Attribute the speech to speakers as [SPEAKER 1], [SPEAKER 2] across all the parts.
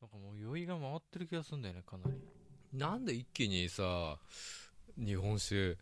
[SPEAKER 1] なんかもう酔いが回ってる気がするんだよねかなり
[SPEAKER 2] なんで一気にさ日本酒ウ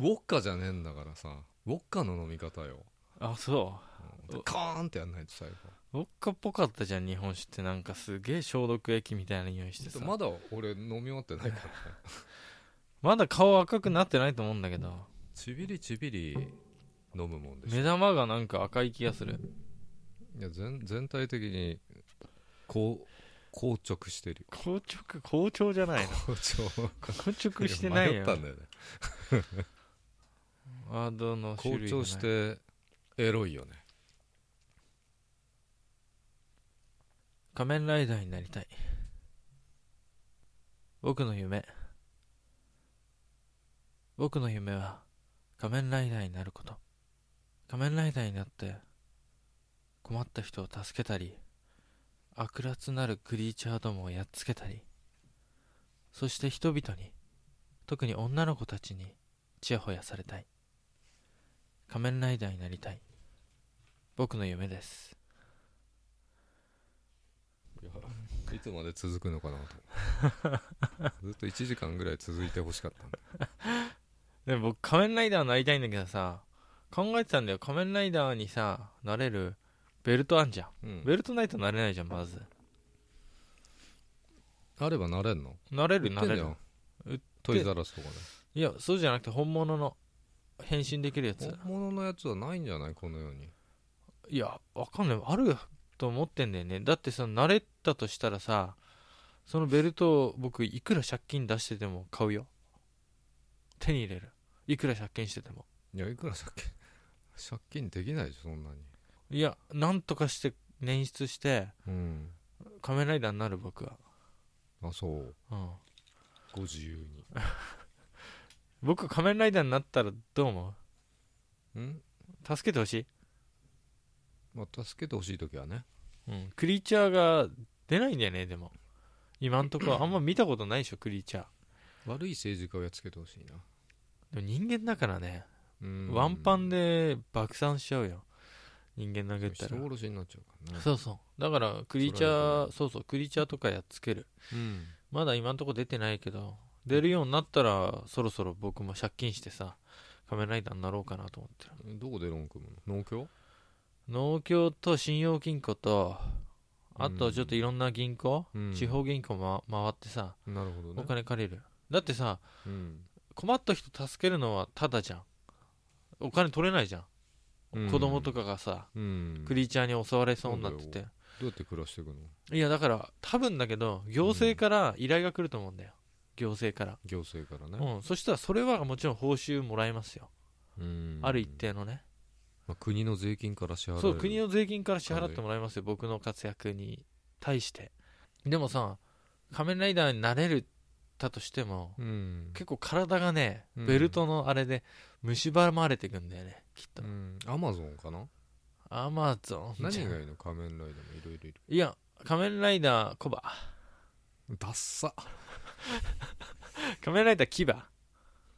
[SPEAKER 2] ォッカじゃねえんだからさウォッカの飲み方よ、
[SPEAKER 1] あそ
[SPEAKER 2] うんで
[SPEAKER 1] う
[SPEAKER 2] カーンってやんないと最後
[SPEAKER 1] うウォッカっぽかったじゃん日本酒ってなんかすげえ消毒液みたいな匂いして
[SPEAKER 2] ち
[SPEAKER 1] さ
[SPEAKER 2] ょっとまだ俺飲み終わってないからね
[SPEAKER 1] まだ顔赤くなってないと思うんだけど
[SPEAKER 2] ちびりちびり飲むもんでしょ
[SPEAKER 1] 目玉がなんか赤い気がする
[SPEAKER 2] いや全全体的にこう硬直してるよ
[SPEAKER 1] 硬直好調じゃないの
[SPEAKER 2] 硬直
[SPEAKER 1] 硬直してない
[SPEAKER 2] 迷
[SPEAKER 1] よ
[SPEAKER 2] ったんだよね
[SPEAKER 1] ワードの種
[SPEAKER 2] 好
[SPEAKER 1] 類がない
[SPEAKER 2] 調してエロいよね
[SPEAKER 1] 仮面ライダーになりたい僕の夢僕の夢は仮面ライダーになること仮面ライダーになって困った人を助けたり悪辣なるクリーチャーどもをやっつけたりそして人々に特に女の子たちにちやほやされたい仮面ライダーになりたい僕の夢です
[SPEAKER 2] いやいつまで続くのかなと思って ずっと1時間ぐらい続いてほしかったんだ
[SPEAKER 1] でも僕仮面ライダーになりたいんだけどさ考えてたんだよ仮面ライダーにさなれるベルトあんじゃん
[SPEAKER 2] うん
[SPEAKER 1] ベルトないとなれないじゃんまず
[SPEAKER 2] あればなれんの
[SPEAKER 1] なれる
[SPEAKER 2] 売っ
[SPEAKER 1] な
[SPEAKER 2] てん
[SPEAKER 1] れ
[SPEAKER 2] じ
[SPEAKER 1] る
[SPEAKER 2] ゃんトイザラスとかで
[SPEAKER 1] いやそうじゃなくて本物の変身できるやつ
[SPEAKER 2] 本物のやつはないんじゃないこの世に
[SPEAKER 1] いやわかんないあると思ってんだよねだってさ慣れたとしたらさそのベルトを僕いくら借金出してても買うよ手に入れるいくら借金してても
[SPEAKER 2] いやいくら借金 借金できないでしょそんなに
[SPEAKER 1] いやなんとかして捻出して
[SPEAKER 2] うん
[SPEAKER 1] 仮面ライダーになる僕は
[SPEAKER 2] あそう
[SPEAKER 1] うん
[SPEAKER 2] ご自由に
[SPEAKER 1] 僕仮面ライダーになったらどう思
[SPEAKER 2] うん
[SPEAKER 1] う助けてほし
[SPEAKER 2] まあ助けてほしい時はね
[SPEAKER 1] い、うん、クリーチャーが出ないんだよねでも今んと こあんま見たことないでしょクリーチャー
[SPEAKER 2] 悪い政治家をやっつけてほしいな
[SPEAKER 1] でも人間だからね、
[SPEAKER 2] うん
[SPEAKER 1] ワンパンで爆散しちゃうよ人間投げた
[SPEAKER 2] 人
[SPEAKER 1] ら
[SPEAKER 2] 殺しになっちゃうからね
[SPEAKER 1] そうそうだからクリーチャーそうそうクリーチャーとかやっつける
[SPEAKER 2] うん
[SPEAKER 1] まだ今んとこ出てないけど出るようになったらそろそろ僕も借金してさ仮面ライダーになろうかなと思ってる
[SPEAKER 2] どこでロン組むの農協
[SPEAKER 1] 農協と信用金庫とあ
[SPEAKER 2] う
[SPEAKER 1] と
[SPEAKER 2] ん
[SPEAKER 1] ちょっといろんな銀行、
[SPEAKER 2] うん
[SPEAKER 1] 地方銀行、ま、回ってさ
[SPEAKER 2] なるほど
[SPEAKER 1] お
[SPEAKER 2] ね
[SPEAKER 1] 金借りるだってさ
[SPEAKER 2] うん
[SPEAKER 1] 困った人助けるのはタダじゃんお金取れないじゃん、
[SPEAKER 2] うん
[SPEAKER 1] 子供とかがさ
[SPEAKER 2] うん
[SPEAKER 1] クリーチャーに襲われそうになって
[SPEAKER 2] そう
[SPEAKER 1] て、
[SPEAKER 2] だどうやって暮らしていくの
[SPEAKER 1] いやだから多分だけど行政から依頼が来ると思うんだよ行政から、
[SPEAKER 2] 行政からね、
[SPEAKER 1] うん、そしたらそれはもちろん報酬もらえますよ、
[SPEAKER 2] うん
[SPEAKER 1] ある一、定のね
[SPEAKER 2] まあ、国の税金から支払
[SPEAKER 1] そう国
[SPEAKER 2] の
[SPEAKER 1] の税金から支払ってもらいますよ僕の活躍に対してでもさ仮面ライダーになれるたとしても
[SPEAKER 2] うん、
[SPEAKER 1] 結構体がね
[SPEAKER 2] うん
[SPEAKER 1] ベルトのあれで蝕まれていくんだよねきっと
[SPEAKER 2] アマゾンかな
[SPEAKER 1] アマゾン
[SPEAKER 2] 何
[SPEAKER 1] じゃん
[SPEAKER 2] がいいの仮面ライダーもいろいろいる
[SPEAKER 1] いや仮面ライダーコバ
[SPEAKER 2] ダッサ
[SPEAKER 1] 仮面ライダーキバ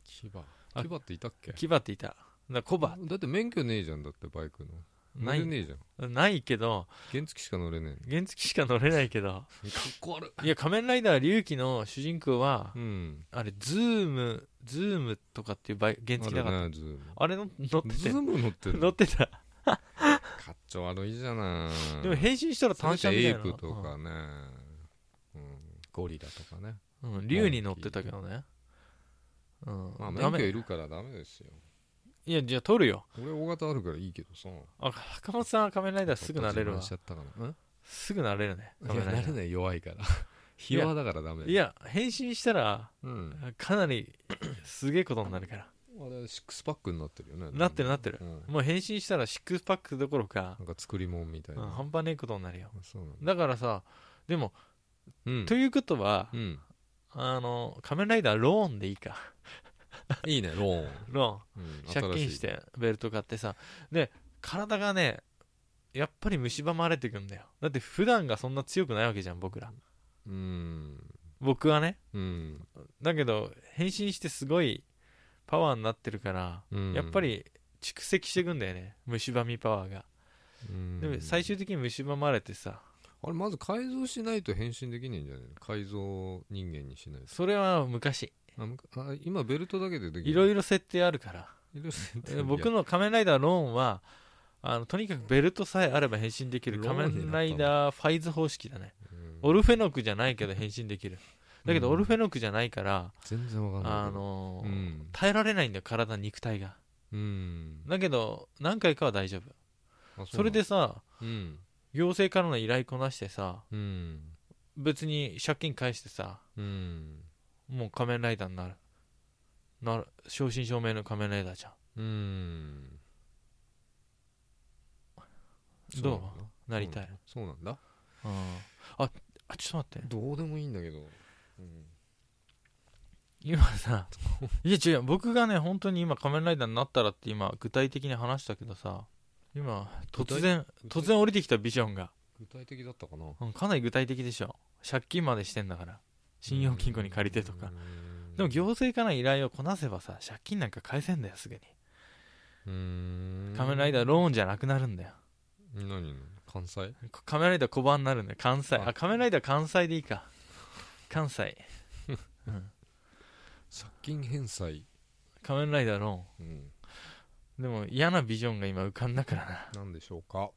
[SPEAKER 2] 牙
[SPEAKER 1] あ
[SPEAKER 2] 牙っていたっけ
[SPEAKER 1] キバっていただからコバ
[SPEAKER 2] だって免許ねえじゃんだってバイクの乗
[SPEAKER 1] な
[SPEAKER 2] れ
[SPEAKER 1] い
[SPEAKER 2] ねえじゃん
[SPEAKER 1] ないけど
[SPEAKER 2] 原付しか乗れね
[SPEAKER 1] 原付しか乗れないけ ど
[SPEAKER 2] えのかっこ悪い
[SPEAKER 1] いや仮面ライダー龍騎の主人公は
[SPEAKER 2] うん
[SPEAKER 1] あれズームズームとかっていうバイ原付だから
[SPEAKER 2] あるねズーム
[SPEAKER 1] あれの乗って
[SPEAKER 2] ズ
[SPEAKER 1] て
[SPEAKER 2] ーム乗って る
[SPEAKER 1] 乗
[SPEAKER 2] の
[SPEAKER 1] ってた
[SPEAKER 2] かっちょ悪いじゃない
[SPEAKER 1] でも変身したら単車みたい
[SPEAKER 2] エ
[SPEAKER 1] な
[SPEAKER 2] イプとかね、うん、ゴリラとかね
[SPEAKER 1] うんうん竜に乗ってたけどねうん、
[SPEAKER 2] ま
[SPEAKER 1] ダ
[SPEAKER 2] あ免許
[SPEAKER 1] メ
[SPEAKER 2] いるからダメですよ
[SPEAKER 1] いやじゃあ取るよ
[SPEAKER 2] 俺大型あるからいいけどさ
[SPEAKER 1] あ坂本さんは仮面ライダーすぐなれるわ
[SPEAKER 2] ちょっと自慢しちゃったかなうん
[SPEAKER 1] すぐなれるね
[SPEAKER 2] い
[SPEAKER 1] 仮
[SPEAKER 2] や
[SPEAKER 1] 面ライダ
[SPEAKER 2] な
[SPEAKER 1] ー
[SPEAKER 2] れない弱いからひ弱だからダメ
[SPEAKER 1] いや変身したら
[SPEAKER 2] うん
[SPEAKER 1] かなりすげえことになるから
[SPEAKER 2] あれシックスパックになってるよね
[SPEAKER 1] なってる
[SPEAKER 2] な
[SPEAKER 1] なってる
[SPEAKER 2] うん
[SPEAKER 1] もう変身したらシックスパックどころか、
[SPEAKER 2] なんか作り物みたい
[SPEAKER 1] うん
[SPEAKER 2] な
[SPEAKER 1] 半端ねえことになるよ
[SPEAKER 2] そうなんだ
[SPEAKER 1] だからさでも、
[SPEAKER 2] うん
[SPEAKER 1] ということは、
[SPEAKER 2] うん
[SPEAKER 1] あの仮面ライダーローンでいいか
[SPEAKER 2] いいねローン
[SPEAKER 1] ロ
[SPEAKER 2] うん
[SPEAKER 1] ーン借
[SPEAKER 2] 新
[SPEAKER 1] 金
[SPEAKER 2] い
[SPEAKER 1] してベルト買ってさで体がねやっぱり蝕まれてくんだよだって普段がそんな強くないわけじゃん僕ら
[SPEAKER 2] うん
[SPEAKER 1] 僕はね
[SPEAKER 2] うん
[SPEAKER 1] だけど変身してすごいパワーになってるから、
[SPEAKER 2] うん
[SPEAKER 1] やっぱり蓄積していくんだよね蝕みパワーが、
[SPEAKER 2] うん
[SPEAKER 1] でも最終的に蝕まれてさ
[SPEAKER 2] あれまず改造しないと変身できないんじゃないの改造人間にしないと
[SPEAKER 1] それは昔
[SPEAKER 2] あむあ今ベルトだけでできる
[SPEAKER 1] いろいろ設定あるから
[SPEAKER 2] いろい
[SPEAKER 1] え
[SPEAKER 2] ろ
[SPEAKER 1] 僕の「仮面ライダーローンは」あのとにかくベルトさえあれば変身できる
[SPEAKER 2] ロー
[SPEAKER 1] 仮
[SPEAKER 2] ンになった
[SPEAKER 1] 面ライダーファイズ方式だね
[SPEAKER 2] うん
[SPEAKER 1] オルフェノクじゃないけど変身できるだけど
[SPEAKER 2] うん
[SPEAKER 1] オルフェノクじゃないから、
[SPEAKER 2] 全然わかんない
[SPEAKER 1] あのー
[SPEAKER 2] うん
[SPEAKER 1] 耐えられないんだよ体肉体が
[SPEAKER 2] うん
[SPEAKER 1] だけど何回かは大丈夫
[SPEAKER 2] あうなの
[SPEAKER 1] それでさ
[SPEAKER 2] うん
[SPEAKER 1] 行政からの依頼こなしてさ
[SPEAKER 2] うん
[SPEAKER 1] 別に借金返してさ
[SPEAKER 2] うん
[SPEAKER 1] もう仮面ライダーになるなる正真正銘の仮面ライダーじゃ
[SPEAKER 2] うん
[SPEAKER 1] んどうなりたい、
[SPEAKER 2] そうなんだ
[SPEAKER 1] うんああちょっと待って
[SPEAKER 2] どうでもいいんだけどうん
[SPEAKER 1] 今さ いや違う僕がね本当に今仮面ライダーになったらって今具体的に話したけどさ今突然突然降りてきたビジョンが、
[SPEAKER 2] 具体的だったかな
[SPEAKER 1] うん、かなり具体的でしょ借金までしてんだから信用金庫に借りてとか
[SPEAKER 2] うん
[SPEAKER 1] でも行政からの依頼をこなせばさ借金なんか返せんだよすぐに
[SPEAKER 2] うん
[SPEAKER 1] 仮面ライダーローンじゃなくなるんだよ
[SPEAKER 2] 何なの関西
[SPEAKER 1] こ仮面ライダー小判になるんだよ関西あ
[SPEAKER 2] あ
[SPEAKER 1] 仮面ライダー関西でいいか関西
[SPEAKER 2] 借金返済
[SPEAKER 1] 仮面ライダーロ
[SPEAKER 2] うん
[SPEAKER 1] ーンでも嫌なビジョンが今浮かんだからな
[SPEAKER 2] なんでしょうか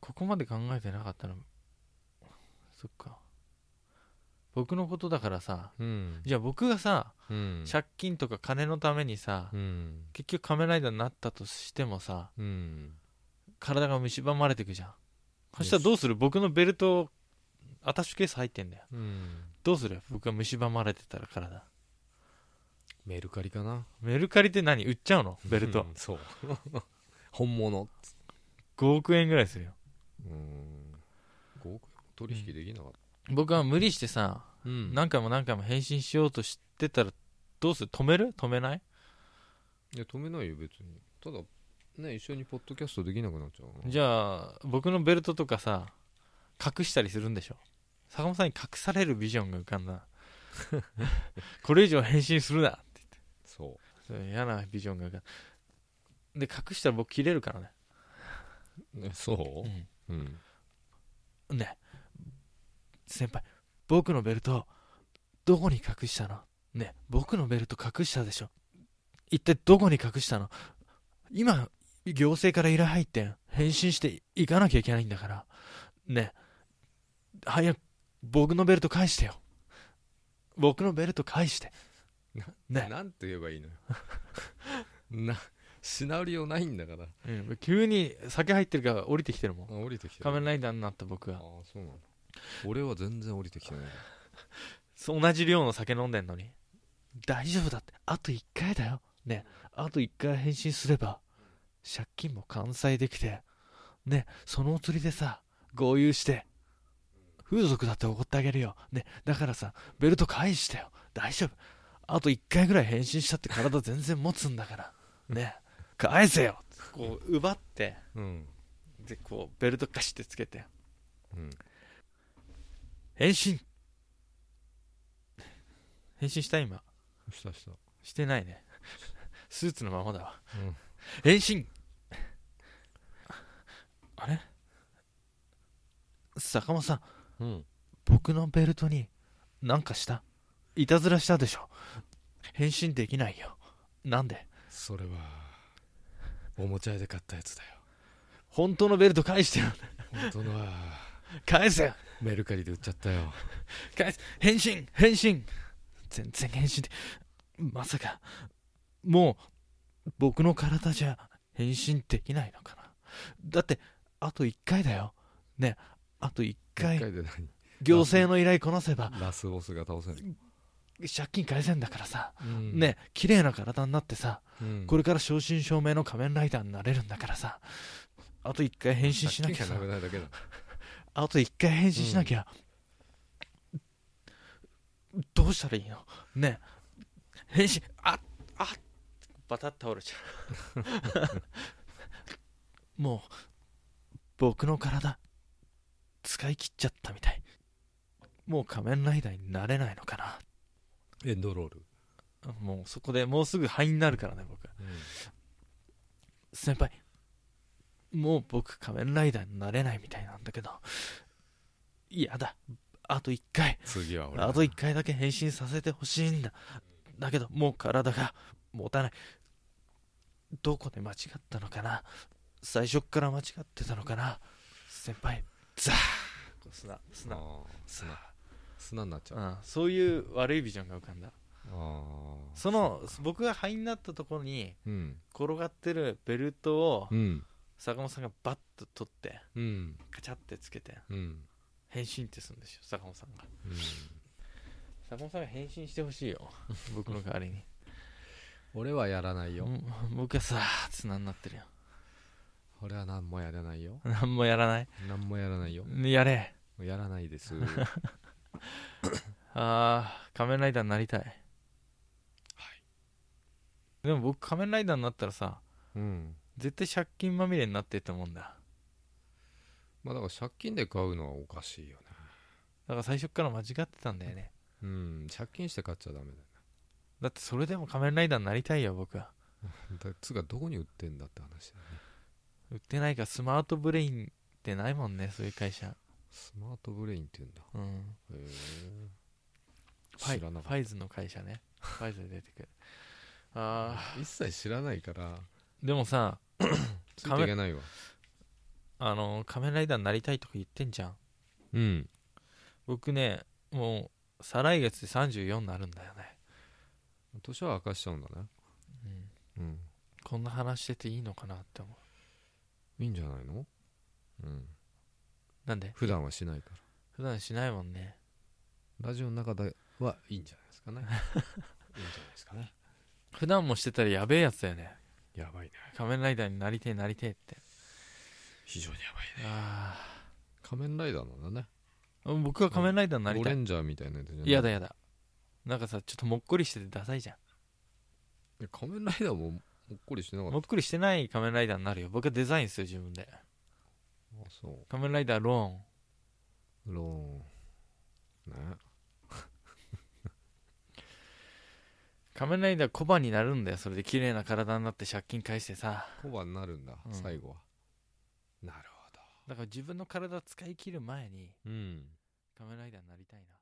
[SPEAKER 1] ここまで考えてなかったのそっか僕のことだからさ
[SPEAKER 2] うん
[SPEAKER 1] じゃあ僕がさ、
[SPEAKER 2] うん
[SPEAKER 1] 借金とか金のためにさ、
[SPEAKER 2] うん
[SPEAKER 1] 結局仮面ライダーになったとしてもさ
[SPEAKER 2] うん
[SPEAKER 1] 体が蝕まれてくじゃんそしたらどうする僕のベルトアタッシュケース入ってんだよ
[SPEAKER 2] うん
[SPEAKER 1] どうする僕が蝕まれてたら体
[SPEAKER 2] メルカリかな
[SPEAKER 1] メルカリって何売っちゃうのベルト、
[SPEAKER 2] うんそう 本物
[SPEAKER 1] 5億円ぐらいするよ
[SPEAKER 2] うん5億取引できなかっ
[SPEAKER 1] 僕は無理してさ
[SPEAKER 2] たうん
[SPEAKER 1] 何回も何回も返信しようとしてたらどうする止める止めない
[SPEAKER 2] いや止めないよ別にただね一緒にポッドキャストできなくなっちゃう
[SPEAKER 1] じゃあ僕のベルトとかさ隠したりするんでしょ坂本さんに隠されるビジョンが浮かんだ これ以上変身するな
[SPEAKER 2] そ
[SPEAKER 1] そう嫌なビジョンが浮かんだで隠したら僕切れるからね
[SPEAKER 2] う、 ね、そ
[SPEAKER 1] ん
[SPEAKER 2] ううん
[SPEAKER 1] ね先輩僕のベルトどこに隠したのね僕のベルト隠したでしょ一体どこに隠したの今行政から依頼入ってん返信していかなきゃいけないんだからね早く僕のベルト返してよ僕のベルト返してね、
[SPEAKER 2] なんて言えばいいのよ なシナリオないんだから
[SPEAKER 1] うん急に酒入ってるから降りてきてるもん
[SPEAKER 2] あ降りてきてる
[SPEAKER 1] 仮面ライダーになった僕
[SPEAKER 2] あ
[SPEAKER 1] は
[SPEAKER 2] ーそうなの俺は全然降りてきてない
[SPEAKER 1] そう同じ量の酒飲んでんのに大丈夫だってあと1回だよねあと1回返信すれば借金も完済できてねそのお釣りでさ合流して風俗だって怒ってあげるよねだからさベルト返してよ大丈夫あと1回ぐらい返信したって体全然持つんだからね返せよこう奪って
[SPEAKER 2] うん
[SPEAKER 1] でこうベルトカシってつけて
[SPEAKER 2] うん
[SPEAKER 1] 返信返信した今
[SPEAKER 2] したした
[SPEAKER 1] してないね スーツのままだわ、
[SPEAKER 2] うん
[SPEAKER 1] 変身あれ坂本さん
[SPEAKER 2] うん
[SPEAKER 1] 僕のベルトに何かしたいたずらしたでしょ変身できないよなんで
[SPEAKER 2] それはおもちゃ屋で買ったやつだよ
[SPEAKER 1] 本当のベルト返してよ
[SPEAKER 2] 本当のは
[SPEAKER 1] 返せよ
[SPEAKER 2] メルカリで売っちゃったよ
[SPEAKER 1] 返せ変身変身全然変身でまさかもう僕の体じゃ変身できないのかなだってあと1回だよねあと1
[SPEAKER 2] 一
[SPEAKER 1] 回
[SPEAKER 2] 回で
[SPEAKER 1] 行政の依頼こなせば
[SPEAKER 2] 何ラスボスが倒せる
[SPEAKER 1] 借金返せんだからさ、
[SPEAKER 2] うん
[SPEAKER 1] ね綺麗な体になってさ
[SPEAKER 2] うん
[SPEAKER 1] これから正真正銘の仮面ライダーになれるんだからさあと1回変身しなきゃ
[SPEAKER 2] 借金がなくなるだけだ
[SPEAKER 1] あと一回返信しなきゃ、どうしたらいいのねえ返信ああバタッ倒れちゃう もう僕の体使い切っちゃったみたいもう仮面ライダーになれないのかな
[SPEAKER 2] エンドロール
[SPEAKER 1] もうそこでもうすぐ灰になるからね僕先輩もう僕仮面ライダーになれないみたいなんだけどやだあと1回
[SPEAKER 2] 次は俺
[SPEAKER 1] あと1回だけ変身させてほしいんだだけどもう体が持たないどこで間違ったのかな最初っから間違ってたのかな先輩ザーこう砂砂
[SPEAKER 2] あー砂
[SPEAKER 1] 砂
[SPEAKER 2] 砂になっちゃう
[SPEAKER 1] うん、そういう悪いビジョンが浮かんだ
[SPEAKER 2] あー
[SPEAKER 1] その僕が灰になったところに
[SPEAKER 2] うん
[SPEAKER 1] 転がってるベルトを
[SPEAKER 2] うん
[SPEAKER 1] 坂本さんがバッと取って
[SPEAKER 2] うん
[SPEAKER 1] カチャってつけて
[SPEAKER 2] うんうん
[SPEAKER 1] 変身ってするんですよ坂本さんが坂本さんが変身してほしいよ 僕の代わりに
[SPEAKER 2] 俺はやらないよ
[SPEAKER 1] うん僕はさーって砂になってるよ
[SPEAKER 2] 俺は何もやらないよ
[SPEAKER 1] 何もやらない
[SPEAKER 2] 何もやらないよ
[SPEAKER 1] やれ
[SPEAKER 2] やらないです
[SPEAKER 1] あー仮面ライダーになりたいでも僕仮面ライダーになったらさ
[SPEAKER 2] うん
[SPEAKER 1] 絶対借金まみれになってると思うんだ
[SPEAKER 2] まあだから借金で買うのはおかしいよね
[SPEAKER 1] だから最初っから間違ってたんだよね
[SPEAKER 2] うん借金して買っちゃダメだよ
[SPEAKER 1] だってそれでも仮面ライダーになりたいよ僕は
[SPEAKER 2] だつうかどこに売ってんだって話だよね
[SPEAKER 1] 売ってないからスマートブレインってないもんねそういう会社
[SPEAKER 2] スマートブレインって言うんだ
[SPEAKER 1] うん
[SPEAKER 2] へえ
[SPEAKER 1] ファイ
[SPEAKER 2] 知らな
[SPEAKER 1] フ
[SPEAKER 2] かっ
[SPEAKER 1] ァイズの会社ねファイズで出てくるあ
[SPEAKER 2] た一切知らないから
[SPEAKER 1] ーでもさ
[SPEAKER 2] ついていけないわ
[SPEAKER 1] あの仮面ライダーになりたいとか言ってんじゃん
[SPEAKER 2] うん
[SPEAKER 1] 僕ねもう再来月で34になるんだよね、
[SPEAKER 2] 年は明かしちゃうんだね
[SPEAKER 1] うん、
[SPEAKER 2] うん
[SPEAKER 1] こんな話してていいのかなって思
[SPEAKER 2] いいんじゃないのうん
[SPEAKER 1] うなんで
[SPEAKER 2] 普段はしないから
[SPEAKER 1] 普段しないもんね
[SPEAKER 2] ラジオの中ではいいんじゃないですかね いいんじゃないですかね
[SPEAKER 1] 普段もしてたらやべえやつだよね
[SPEAKER 2] やばいね
[SPEAKER 1] 仮面ライダーになりてえなりてえって
[SPEAKER 2] 非常にやばい
[SPEAKER 1] あ
[SPEAKER 2] 仮面ライダーなんだね
[SPEAKER 1] あ僕は仮面ライダーになり
[SPEAKER 2] ゴ
[SPEAKER 1] た
[SPEAKER 2] レ
[SPEAKER 1] い
[SPEAKER 2] ンジャーみたいなやつじゃない
[SPEAKER 1] やだやだなんかさちょっともっこりしててダサいじゃん
[SPEAKER 2] いや仮面ライダーももっこりしてなかった
[SPEAKER 1] もっこりしてない仮面ライダーになるよ僕はデザインする自分で
[SPEAKER 2] あそ
[SPEAKER 1] 仮面ライダーローン
[SPEAKER 2] うローンね
[SPEAKER 1] 仮面ライダーコバになるんだよそれで綺麗な体になって借金返してさ
[SPEAKER 2] コバになるんだ、
[SPEAKER 1] うん
[SPEAKER 2] 最後はなるほ
[SPEAKER 1] だから自分の体使い切る前に
[SPEAKER 2] どうん
[SPEAKER 1] 仮面ライダーになりたいな